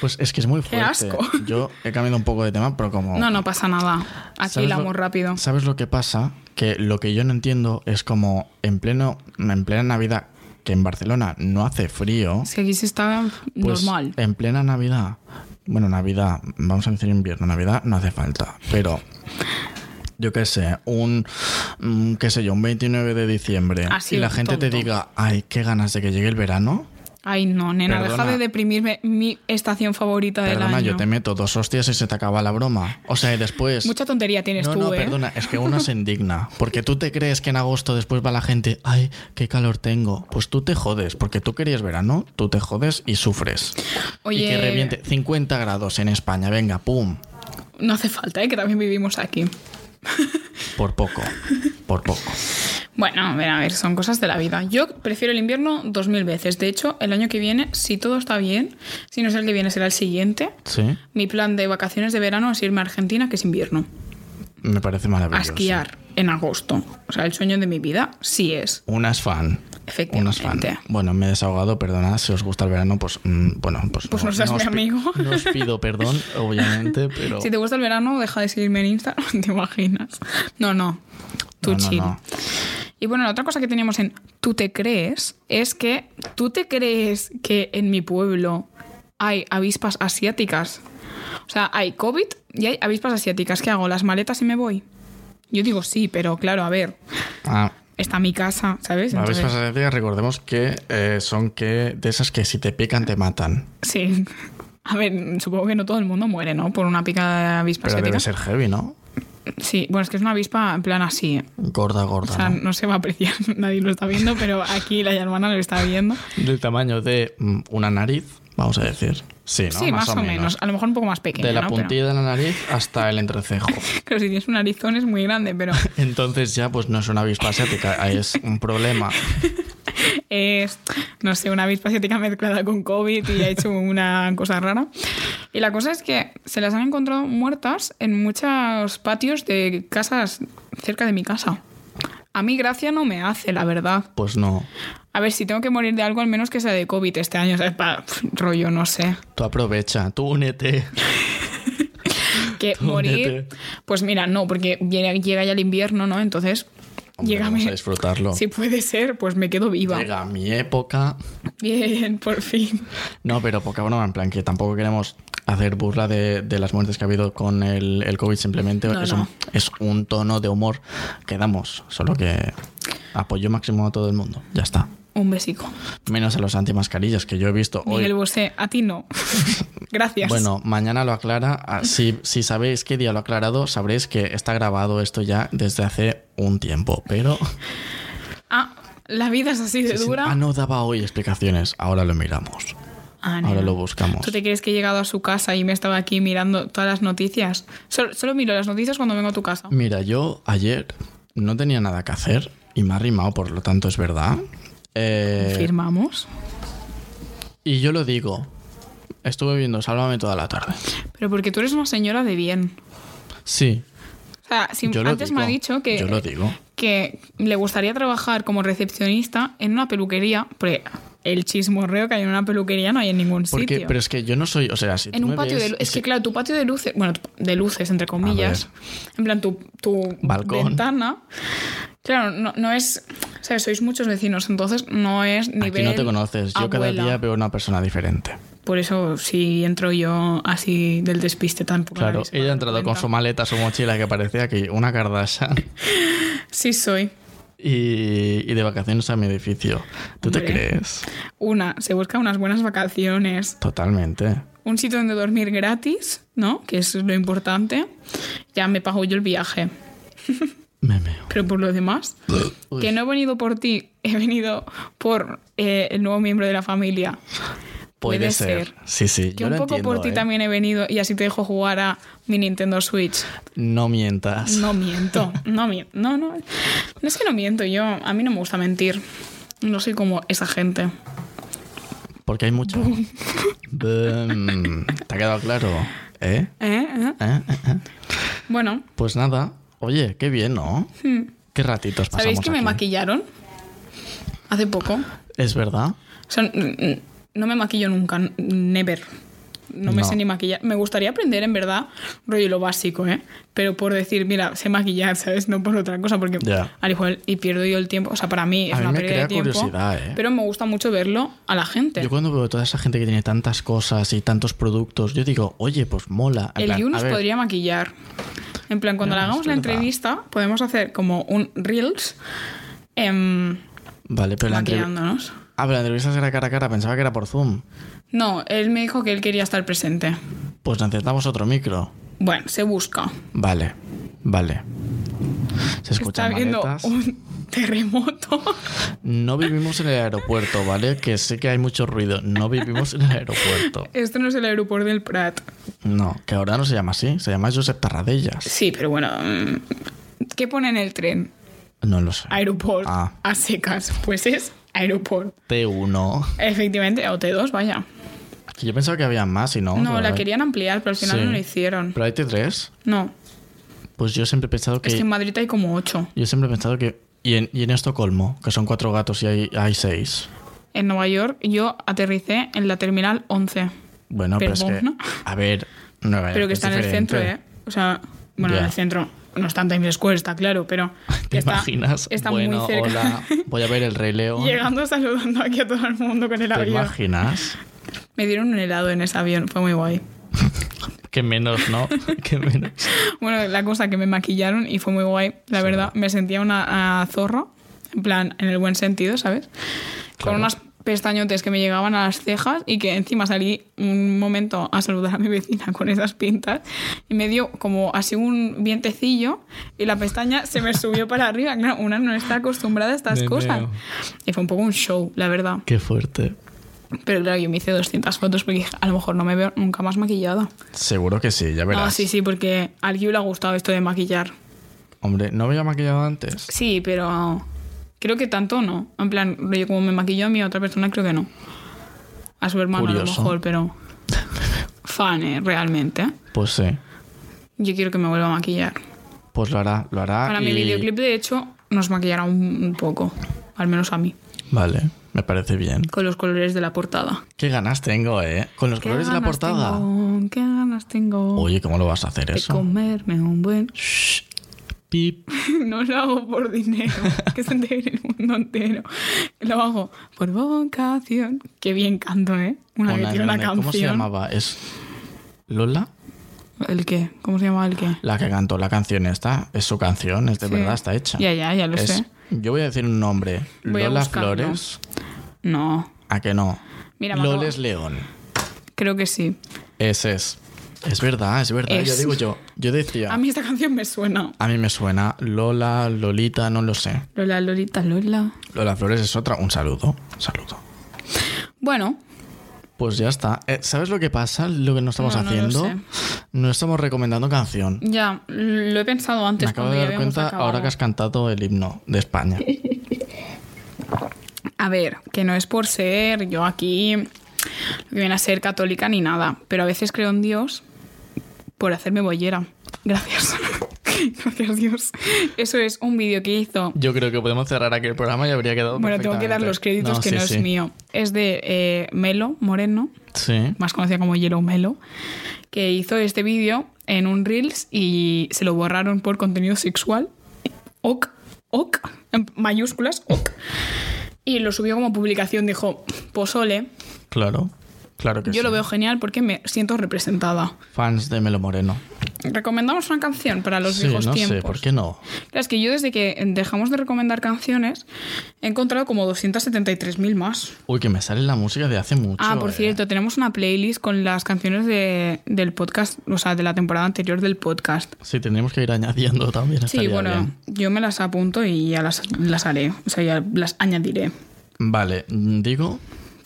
Speaker 4: Pues es que es muy fuerte.
Speaker 1: asco.
Speaker 4: Yo he cambiado un poco de tema, pero como...
Speaker 1: No, no pasa nada. Aquí
Speaker 4: ¿Sabes lo-
Speaker 1: hilamos rápido.
Speaker 4: ¿Sabes lo que pasa? Que lo que yo no entiendo es como en pleno en plena Navidad, que en Barcelona no hace frío,
Speaker 1: Es que aquí se está
Speaker 4: pues
Speaker 1: normal.
Speaker 4: en plena Navidad, bueno, Navidad, vamos a decir invierno, Navidad no hace falta, pero yo qué sé, un mm, qué sé yo, un 29 de diciembre
Speaker 1: Ha sido
Speaker 4: y la gente te
Speaker 1: tonto.
Speaker 4: diga, "Ay, qué ganas de que llegue el verano."
Speaker 1: Ay, no, nena, deja
Speaker 4: Perdona.
Speaker 1: de deprimirme mi estación favorita del
Speaker 4: Perdona,
Speaker 1: año.
Speaker 4: yo te meto dos hostias y se te acaba la broma. O sea, y después
Speaker 1: Mucha tontería tienes
Speaker 4: no,
Speaker 1: tú,
Speaker 4: no,
Speaker 1: ¿eh?
Speaker 4: perdona, es que uno se indigna. Porque tú te crees que en agosto después va la gente, ay, qué calor tengo. Pues tú te jodes, porque tú querías verano, tú te jodes y sufres. Y que
Speaker 1: Oye.
Speaker 4: reviente 50 grados en España, venga, pum,
Speaker 1: No hace falta, ¿eh? que también vivimos aquí.
Speaker 4: por poco, por poco.
Speaker 1: Bueno, a ver, a ver, son cosas de la vida. Yo prefiero el invierno dos mil veces. De hecho, el año que viene, si todo está bien, si no es el que viene, será el siguiente.
Speaker 4: Sí,
Speaker 1: Mi plan de vacaciones de verano es irme a Argentina, que es invierno,
Speaker 4: me parece
Speaker 1: a
Speaker 4: maravilloso.
Speaker 1: esquiar en agosto. O sea, el sueño de mi vida sí es.
Speaker 4: Unas fan. Unas fan.
Speaker 1: Efectivamente.
Speaker 4: Bueno, me he desahogado, perdona. Si os gusta el verano, pues mm, bueno, pues,
Speaker 1: Pues no seas
Speaker 4: os
Speaker 1: mi
Speaker 4: pi-
Speaker 1: amigo.
Speaker 4: No os pido perdón, obviamente, pero.
Speaker 1: Si te gusta el verano, deja de seguirme en Instagram, ¿te imaginas? No, no. Tú
Speaker 4: No, no,
Speaker 1: chill.
Speaker 4: no.
Speaker 1: Y bueno, la otra cosa que teníamos en tú te crees es que tú te crees que en mi pueblo hay avispas asiáticas. O sea, hay COVID y hay avispas asiáticas. ¿Qué hago? ¿Las maletas y me voy? Yo digo sí, pero claro, a ver,
Speaker 4: Ah,
Speaker 1: está mi casa, ¿sabes?
Speaker 4: La avispas
Speaker 1: Entonces,
Speaker 4: asiáticas, recordemos que eh, son que de esas que si te pican te matan.
Speaker 1: sí. A ver, supongo que no todo el mundo muere, ¿no? Por una picada de avispa
Speaker 4: Pero
Speaker 1: asiática.
Speaker 4: debe ser heavy, ¿no?
Speaker 1: Sí, bueno, es que es una avispa en plan así. ¿eh?
Speaker 4: Gorda,
Speaker 1: O
Speaker 4: gorda.
Speaker 1: sea,
Speaker 4: ¿no?
Speaker 1: no se va a apreciar, nadie lo está viendo, pero aquí la hermana lo está viendo.
Speaker 4: Del tamaño de mm, una nariz, vamos a decir. Sí, ¿no?
Speaker 1: Sí, más, o menos. A lo mejor un poco más pequeña.
Speaker 4: De la
Speaker 1: ¿no? Pero-
Speaker 4: puntilla de la nariz hasta el entrecejo.
Speaker 1: Claro, si tienes un narizón es muy grande, pero
Speaker 4: Entonces ya pues no es una avispa asiática, es un problema.
Speaker 1: es, no sé, una avispa asiática mezclada con COVID y ha hecho una cosa rara. Y la cosa es que se las han encontrado muertas en muchos patios de casas cerca de mi casa. A mí gracia no me hace, la verdad.
Speaker 4: Pues no.
Speaker 1: A ver, si tengo que morir de algo, al menos que sea de COVID este año, ¿sabes? Pa- pf, rollo, no sé.
Speaker 4: Tú aprovecha, tú únete.
Speaker 1: Que
Speaker 4: Tú únete.
Speaker 1: morir, pues mira, no, porque viene- llega ya el invierno, ¿no? Entonces
Speaker 4: Hombre,
Speaker 1: Llégame.
Speaker 4: Vamos a disfrutarlo.
Speaker 1: Si puede ser, pues me quedo viva.
Speaker 4: Llega mi época.
Speaker 1: Bien, por fin.
Speaker 4: No, pero poca broma, en plan que tampoco queremos hacer burla de, de las muertes que ha habido con el, el COVID, simplemente
Speaker 1: No,
Speaker 4: es,
Speaker 1: no.
Speaker 4: Un, es un tono de humor que damos, solo que apoyo máximo a todo el mundo, ya está.
Speaker 1: Un besico.
Speaker 4: Menos a los antimascarillas que yo he visto
Speaker 1: Miguel
Speaker 4: hoy.
Speaker 1: Bosé, a ti no. Gracias.
Speaker 4: Bueno, mañana lo aclara. Ah, Si, si sabéis qué día lo ha aclarado, sabréis que está grabado esto ya desde hace un tiempo, pero...
Speaker 1: Ah, la vida es así de
Speaker 4: Sí, sí.
Speaker 1: dura.
Speaker 4: Ah, no daba hoy explicaciones, ahora lo miramos.
Speaker 1: Ah,
Speaker 4: Ahora
Speaker 1: nena.
Speaker 4: lo buscamos.
Speaker 1: ¿Tú te crees que he llegado a su casa y me estaba aquí mirando todas las noticias? Solo, solo miro las noticias cuando vengo a tu casa.
Speaker 4: Mira, yo ayer no tenía nada que hacer y me ha rimado, por lo tanto es verdad. Eh,
Speaker 1: Firmamos.
Speaker 4: y yo lo digo. Estuve viendo Sálvame toda la tarde.
Speaker 1: Pero porque tú eres una señora de bien.
Speaker 4: Sí,
Speaker 1: O sea, si
Speaker 4: yo lo
Speaker 1: antes
Speaker 4: digo.
Speaker 1: me ha dicho que,
Speaker 4: Yo lo digo.
Speaker 1: que le gustaría trabajar como recepcionista en una peluquería, porque el chismorreo que hay en una peluquería no hay en ningún
Speaker 4: Porque,
Speaker 1: sitio.
Speaker 4: Pero es que yo no soy. O sea, si tú
Speaker 1: en un
Speaker 4: me
Speaker 1: patio
Speaker 4: ves-
Speaker 1: de luces. Es
Speaker 4: si-
Speaker 1: que, claro, tu patio de luces, bueno, tu- de luces, entre comillas, en plan tu, tu
Speaker 4: Balcón.
Speaker 1: ventana, claro, no, no es. O sea, sois muchos vecinos, entonces no es
Speaker 4: Aquí
Speaker 1: nivel.
Speaker 4: no te conoces. Yo
Speaker 1: abuela.
Speaker 4: cada día veo una persona diferente.
Speaker 1: Por eso, si entro yo así del despiste tampoco.
Speaker 4: Claro,
Speaker 1: nadie se va a
Speaker 4: ella ha
Speaker 1: dar
Speaker 4: entrado con
Speaker 1: cuenta.
Speaker 4: su maleta, su mochila, que parecía que una Kardashian,
Speaker 1: Sí, soy.
Speaker 4: y, y de vacaciones a mi edificio. ¿Tú te
Speaker 1: Hombre.
Speaker 4: crees?
Speaker 1: Una, se busca unas buenas vacaciones,
Speaker 4: Totalmente.
Speaker 1: un sitio donde dormir gratis, ¿no? Que eso es lo importante. Ya me pago yo el viaje.
Speaker 4: Me meo.
Speaker 1: Pero por lo demás,
Speaker 4: Uy.
Speaker 1: que no he venido por ti, he venido por eh, el nuevo miembro de la familia.
Speaker 4: Puede, ser. Sí, sí.
Speaker 1: Que
Speaker 4: yo
Speaker 1: un
Speaker 4: lo
Speaker 1: poco por
Speaker 4: entiendo,
Speaker 1: ti
Speaker 4: ¿eh?
Speaker 1: también he venido y así te dejo jugar a mi Nintendo Switch.
Speaker 4: No mientas.
Speaker 1: No miento, no miento. No, no. No es que no miento, yo. A mí no me gusta mentir. No soy como esa gente.
Speaker 4: Porque hay mucho. Boom. ¿Te ha quedado claro? ¿Eh?
Speaker 1: ¿Eh? ¿Eh?
Speaker 4: ¿Eh? ¿Eh? ¿Eh?
Speaker 1: Bueno,
Speaker 4: Pues nada. Oye, qué bien, ¿no? Qué ratitos pasamos
Speaker 1: Hmm. ¿sabéis que me
Speaker 4: aquí.
Speaker 1: maquillaron? Hace poco.
Speaker 4: Es verdad.
Speaker 1: O sea, n- n- no me maquillo nunca, n- never. No me
Speaker 4: No.
Speaker 1: sé ni maquillar. Me gustaría aprender, en verdad, rollo lo básico, ¿eh? Pero por decir, mira, sé maquillar, ¿sabes? No por otra cosa, porque
Speaker 4: Ya.
Speaker 1: al igual, y pierdo yo el tiempo. O sea, para mí es
Speaker 4: A mí
Speaker 1: una
Speaker 4: me
Speaker 1: pérdida
Speaker 4: crea
Speaker 1: de tiempo.
Speaker 4: curiosidad, ¿eh?
Speaker 1: Pero me gusta mucho verlo a la gente.
Speaker 4: Yo cuando veo toda esa gente que tiene tantas cosas y tantos productos, yo digo, oye, pues mola. En
Speaker 1: el
Speaker 4: plan, a
Speaker 1: Yunus
Speaker 4: ver,
Speaker 1: podría maquillar. En plan, cuando
Speaker 4: No,
Speaker 1: le
Speaker 4: es
Speaker 1: hagamos la
Speaker 4: verdad.
Speaker 1: entrevista, podemos hacer como un Reels em,
Speaker 4: Vale, pero la, entrev-
Speaker 1: maquillándonos.
Speaker 4: ah, pero la entrevista era cara a cara, pensaba que era por Zoom.
Speaker 1: No, él me dijo que él quería estar presente.
Speaker 4: Pues necesitamos otro micro.
Speaker 1: Bueno, se busca.
Speaker 4: Vale, vale. Se
Speaker 1: Está
Speaker 4: escuchan
Speaker 1: habiendo
Speaker 4: maletas.
Speaker 1: un terremoto.
Speaker 4: No vivimos en el aeropuerto, ¿vale? Que sé que hay mucho ruido. No vivimos en el aeropuerto.
Speaker 1: Esto no es el aeropuerto del Prat.
Speaker 4: No, que ahora no se llama así. Se llama Josep Tarradellas.
Speaker 1: Sí, pero bueno. mm, ¿Qué pone en el tren?
Speaker 4: No lo sé.
Speaker 1: Aeropuerto.
Speaker 4: Ah.
Speaker 1: A secas. Pues es aeropuerto.
Speaker 4: T1.
Speaker 1: Efectivamente, o T2, vaya.
Speaker 4: Que Yo pensaba que había más y no.
Speaker 1: No, la
Speaker 4: ¿verdad?
Speaker 1: querían ampliar, pero al final
Speaker 4: Sí.
Speaker 1: no lo hicieron.
Speaker 4: ¿Pero hay T3?
Speaker 1: No,
Speaker 4: Pues yo siempre he pensado que...
Speaker 1: es que en Madrid hay como ocho.
Speaker 4: Yo siempre he pensado que... Y en, y en Estocolmo, que son cuatro gatos y hay, hay seis.
Speaker 1: En Nueva York yo aterricé en la terminal 11,
Speaker 4: Bueno, pero, es
Speaker 1: Perdona.
Speaker 4: que... A ver, Nueva
Speaker 1: pero
Speaker 4: York
Speaker 1: que
Speaker 4: Eh, es
Speaker 1: está en el
Speaker 4: diferente.
Speaker 1: centro, ¿eh? O sea, bueno,
Speaker 4: Ya.
Speaker 1: en el centro no está en Times Square, está claro, pero
Speaker 4: ¿Te
Speaker 1: está,
Speaker 4: imaginas?
Speaker 1: está
Speaker 4: bueno,
Speaker 1: muy cerca.
Speaker 4: hola, voy a ver el Rey León.
Speaker 1: Llegando saludando aquí a todo el mundo con el
Speaker 4: ¿Te
Speaker 1: avión.
Speaker 4: imaginas?
Speaker 1: Me dieron un helado en ese avión, fue muy guay.
Speaker 4: Que menos, ¿no? que menos.
Speaker 1: Bueno, la cosa que me maquillaron y fue muy guay, la verdad, me sentía una a zorra, en plan, en el buen sentido, ¿sabes? Con
Speaker 4: Claro.
Speaker 1: unas pestañotes que me llegaban a las cejas y que encima salí un momento a saludar a mi vecina con esas pintas y me dio como así un vientecillo y la pestaña se me subió para arriba. Claro, una no está acostumbrada a estas
Speaker 4: Me
Speaker 1: cosas.
Speaker 4: meo.
Speaker 1: Y fue un poco un show, la verdad.
Speaker 4: Qué fuerte.
Speaker 1: Pero claro, yo me hice 200 fotos porque dije, a lo mejor no me veo nunca más maquillada.
Speaker 4: Seguro que sí, ya verás.
Speaker 1: No, sí, sí, porque a alguien le ha gustado esto de maquillar.
Speaker 4: Hombre, ¿no había maquillado antes?
Speaker 1: Sí, pero creo que tanto no. En plan, rollo, como me maquilló a mí a otra persona, creo que no. A su hermano a lo
Speaker 4: Curioso.
Speaker 1: mejor, pero... Fan, eh, realmente.
Speaker 4: Pues sí.
Speaker 1: Yo quiero que me vuelva a maquillar.
Speaker 4: Pues lo hará, lo hará.
Speaker 1: Para
Speaker 4: y-
Speaker 1: mi videoclip, de hecho, nos maquillará un, un poco. Al menos a mí.
Speaker 4: Vale, me parece bien.
Speaker 1: Con los colores de la portada.
Speaker 4: Qué ganas tengo, ¿eh? Con los
Speaker 1: ¿Qué
Speaker 4: colores de la
Speaker 1: ganas
Speaker 4: portada.
Speaker 1: tengo? ¿Qué ganas tengo
Speaker 4: Oye, ¿cómo lo vas a hacer
Speaker 1: de
Speaker 4: eso?
Speaker 1: comerme un buen...
Speaker 4: Shh. Pip.
Speaker 1: No lo hago por dinero, que se entere el mundo entero. Lo hago por vocación. Qué bien canto, ¿eh? Una vez tiene una
Speaker 4: grande.
Speaker 1: canción.
Speaker 4: ¿Cómo se llamaba? ¿Es Lola?
Speaker 1: ¿El qué? ¿Cómo se llamaba el qué?
Speaker 4: La que cantó la canción esta. Es su canción, es de
Speaker 1: Sí.
Speaker 4: verdad, está hecha.
Speaker 1: Ya, ya, ya lo
Speaker 4: Es-
Speaker 1: sé.
Speaker 4: Yo voy a decir un nombre.
Speaker 1: Voy a
Speaker 4: Lola
Speaker 1: buscarlo.
Speaker 4: Flores.
Speaker 1: No.
Speaker 4: ¿A que no?
Speaker 1: Mira, me acabo-
Speaker 4: Loles León.
Speaker 1: creo que sí.
Speaker 4: Ese es. Es verdad, es verdad. Yo
Speaker 1: Es.
Speaker 4: digo yo. Yo decía.
Speaker 1: A mí esta canción me suena.
Speaker 4: a mí me suena Lola, Lolita, no lo sé.
Speaker 1: Lola, Lolita, Lola.
Speaker 4: Lola Flores es otra. Un saludo. Un saludo.
Speaker 1: Bueno,
Speaker 4: Pues ya está. Eh, ¿Sabes lo que pasa? Lo que no estamos
Speaker 1: No, no lo
Speaker 4: haciendo.
Speaker 1: sé.
Speaker 4: No estamos recomendando canción.
Speaker 1: ya lo he pensado antes.
Speaker 4: Me acabo
Speaker 1: cuando
Speaker 4: de
Speaker 1: ya
Speaker 4: dar
Speaker 1: habíamos
Speaker 4: cuenta
Speaker 1: acabado.
Speaker 4: ahora que has cantado el himno de España.
Speaker 1: A ver, que no es por ser yo aquí lo que viene a ser católica ni nada, pero a veces creo en Dios por hacerme bollera. Gracias. Gracias Dios. Eso es un vídeo que hizo.
Speaker 4: Yo creo que podemos cerrar aquí el programa y habría quedado.
Speaker 1: Bueno, tengo que dar los
Speaker 4: perfectamente.
Speaker 1: créditos que
Speaker 4: sí,
Speaker 1: no
Speaker 4: sí.
Speaker 1: es mío. Es de eh, Melo Moreno,
Speaker 4: Sí.
Speaker 1: más conocida como Yellow Melo, que hizo este vídeo en un Reels y se lo borraron por contenido sexual. Ok, ok, en mayúsculas, ok. Y lo subió como publicación, dijo, posole.
Speaker 4: Claro. Claro que
Speaker 1: Yo
Speaker 4: sí.
Speaker 1: lo veo genial porque me siento representada.
Speaker 4: Fans de Melo Moreno.
Speaker 1: Recomendamos una canción para los
Speaker 4: sí,
Speaker 1: viejos
Speaker 4: no
Speaker 1: tiempos.
Speaker 4: sé, ¿por qué no?
Speaker 1: Claro, es que yo desde que dejamos de recomendar canciones he encontrado como 273.000 más.
Speaker 4: Uy, que me sale la música de hace mucho.
Speaker 1: Ah, por
Speaker 4: eh.
Speaker 1: cierto, tenemos una playlist con las canciones de- del podcast, o sea, de la temporada anterior del podcast.
Speaker 4: Sí, tendríamos que ir añadiendo también.
Speaker 1: Sí,
Speaker 4: estaría
Speaker 1: bueno,
Speaker 4: bien.
Speaker 1: yo me las apunto y ya las, las haré, o sea, ya las añadiré.
Speaker 4: Vale, mm, digo,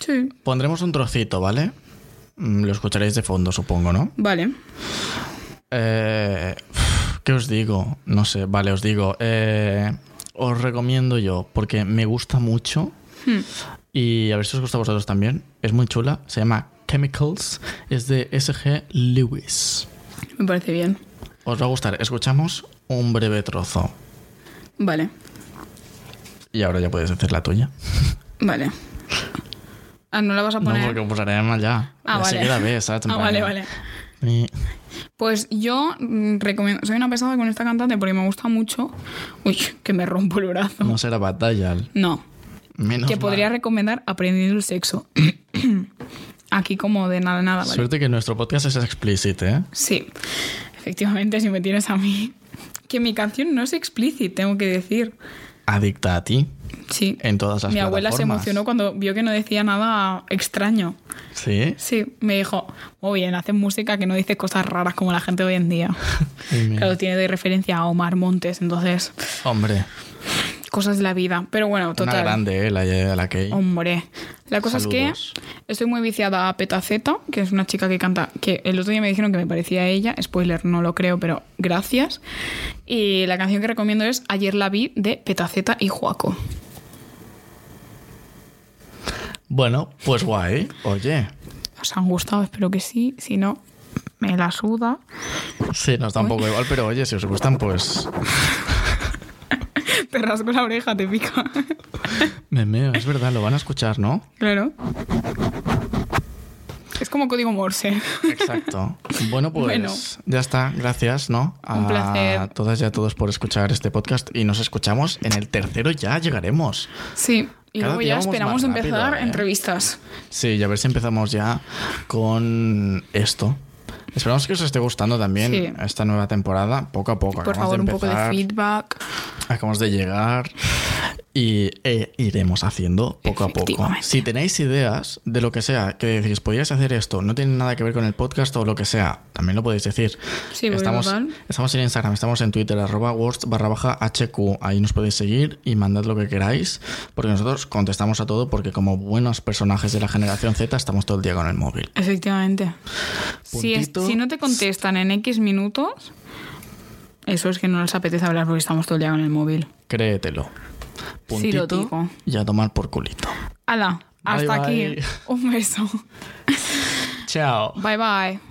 Speaker 1: Sí,
Speaker 4: pondremos un trocito, ¿vale? Mm, Lo escucharéis de fondo, supongo, ¿no?
Speaker 1: vale.
Speaker 4: Eh, uf, ¿Qué os digo? No sé, vale, os digo. eh, os recomiendo yo, porque me gusta mucho.
Speaker 1: Hmm.
Speaker 4: Y a ver si os gusta a vosotros también. Es muy chula. Se llama Chemicals. Es de SG Lewis.
Speaker 1: Me parece bien.
Speaker 4: Os va a gustar. Escuchamos un breve trozo.
Speaker 1: Vale,
Speaker 4: Y ahora ya puedes decir la tuya.
Speaker 1: vale. Ah, no la vas a
Speaker 4: No,
Speaker 1: poner.
Speaker 4: porque pulsaré más ya.
Speaker 1: Ah,
Speaker 4: Así
Speaker 1: vale.
Speaker 4: que la ves, ¿sabes? En
Speaker 1: Ah,
Speaker 4: plan,
Speaker 1: vale, vale.
Speaker 4: eh,
Speaker 1: Pues yo mm, recomiendo. Soy una pesada con esta cantante porque me gusta mucho. Uy, que me rompo el brazo.
Speaker 4: No será batalla.
Speaker 1: No.
Speaker 4: Menos
Speaker 1: que
Speaker 4: mal.
Speaker 1: podría recomendar Aprendiendo el sexo. Aquí, como de nada, nada, Ah, ¿vale?
Speaker 4: Suerte que nuestro podcast es explícito, ¿eh?
Speaker 1: Sí. Efectivamente, si me tienes a mí. Que mi canción no es explícita, tengo que decir.
Speaker 4: Adicta a ti
Speaker 1: Sí.
Speaker 4: en todas las
Speaker 1: Mi abuela se
Speaker 4: plataformas.
Speaker 1: emocionó cuando vio que no decía nada extraño.
Speaker 4: Sí.
Speaker 1: Sí, me dijo, muy bien, haces música que no dices cosas raras como la gente hoy en día.
Speaker 4: Ay, mira.
Speaker 1: Claro, tiene de referencia a Omar Montes, entonces
Speaker 4: Hombre,
Speaker 1: cosas de la vida. Pero bueno, total.
Speaker 4: una grande, ¿eh? La, la que.
Speaker 1: Hombre. La cosa es
Speaker 4: Saludos.
Speaker 1: que estoy muy viciada a Petaceta, que es una chica que canta, que el otro día me dijeron que me parecía a ella, spoiler, no lo creo, pero gracias. Y la canción que recomiendo es Ayer la vi de Petaceta y Juaco.
Speaker 4: Bueno, pues guay. Oye,
Speaker 1: ¿Os han gustado? Espero que sí, si no, me la suda.
Speaker 4: sí, nos da un poco igual, pero oye, si os gustan, pues.
Speaker 1: Te rasgo la oreja, te pica.
Speaker 4: Me meo, es verdad, lo van a escuchar, ¿no?
Speaker 1: claro. Es como código Morse.
Speaker 4: Exacto. Bueno, pues
Speaker 1: Bueno.
Speaker 4: ya está. Gracias, ¿no?
Speaker 1: Un
Speaker 4: A
Speaker 1: placer.
Speaker 4: todas y a todos por escuchar este podcast y nos escuchamos en el tercero ya llegaremos.
Speaker 1: Sí. Y
Speaker 4: Cada
Speaker 1: luego
Speaker 4: día
Speaker 1: ya
Speaker 4: vamos más
Speaker 1: esperamos empezar
Speaker 4: rápido, ¿eh?
Speaker 1: entrevistas.
Speaker 4: Sí, y a ver si empezamos ya con esto. Esperamos que os esté gustando también
Speaker 1: Sí.
Speaker 4: esta nueva temporada, poco a poco.
Speaker 1: Por
Speaker 4: acabamos
Speaker 1: favor, un poco de
Speaker 4: empezar.
Speaker 1: feedback.
Speaker 4: Acabamos de llegar y e iremos haciendo poco a poco.
Speaker 1: Efectivamente.
Speaker 4: Si tenéis ideas de lo que sea, que decís, podíais hacer esto, no tiene nada que ver con el podcast o lo que sea, también lo podéis decir.
Speaker 1: Sí, porque
Speaker 4: estamos,
Speaker 1: total.
Speaker 4: estamos en Instagram, estamos en Twitter, arroba words barra baja HQ. Ahí nos podéis seguir y mandad lo que queráis, porque nosotros contestamos a todo, porque como buenos personajes de la generación Z estamos todo el día con el móvil.
Speaker 1: Efectivamente. Si, es-
Speaker 4: Puntito.
Speaker 1: si no te contestan en X minutos, eso es que no les apetece hablar porque estamos todo el día con el móvil.
Speaker 4: Créetelo.
Speaker 1: Sí, lo digo.
Speaker 4: y a tomar por culito.
Speaker 1: Hala,
Speaker 4: Bye,
Speaker 1: hasta
Speaker 4: bye.
Speaker 1: aquí. Un beso.
Speaker 4: Chao.
Speaker 1: Bye bye.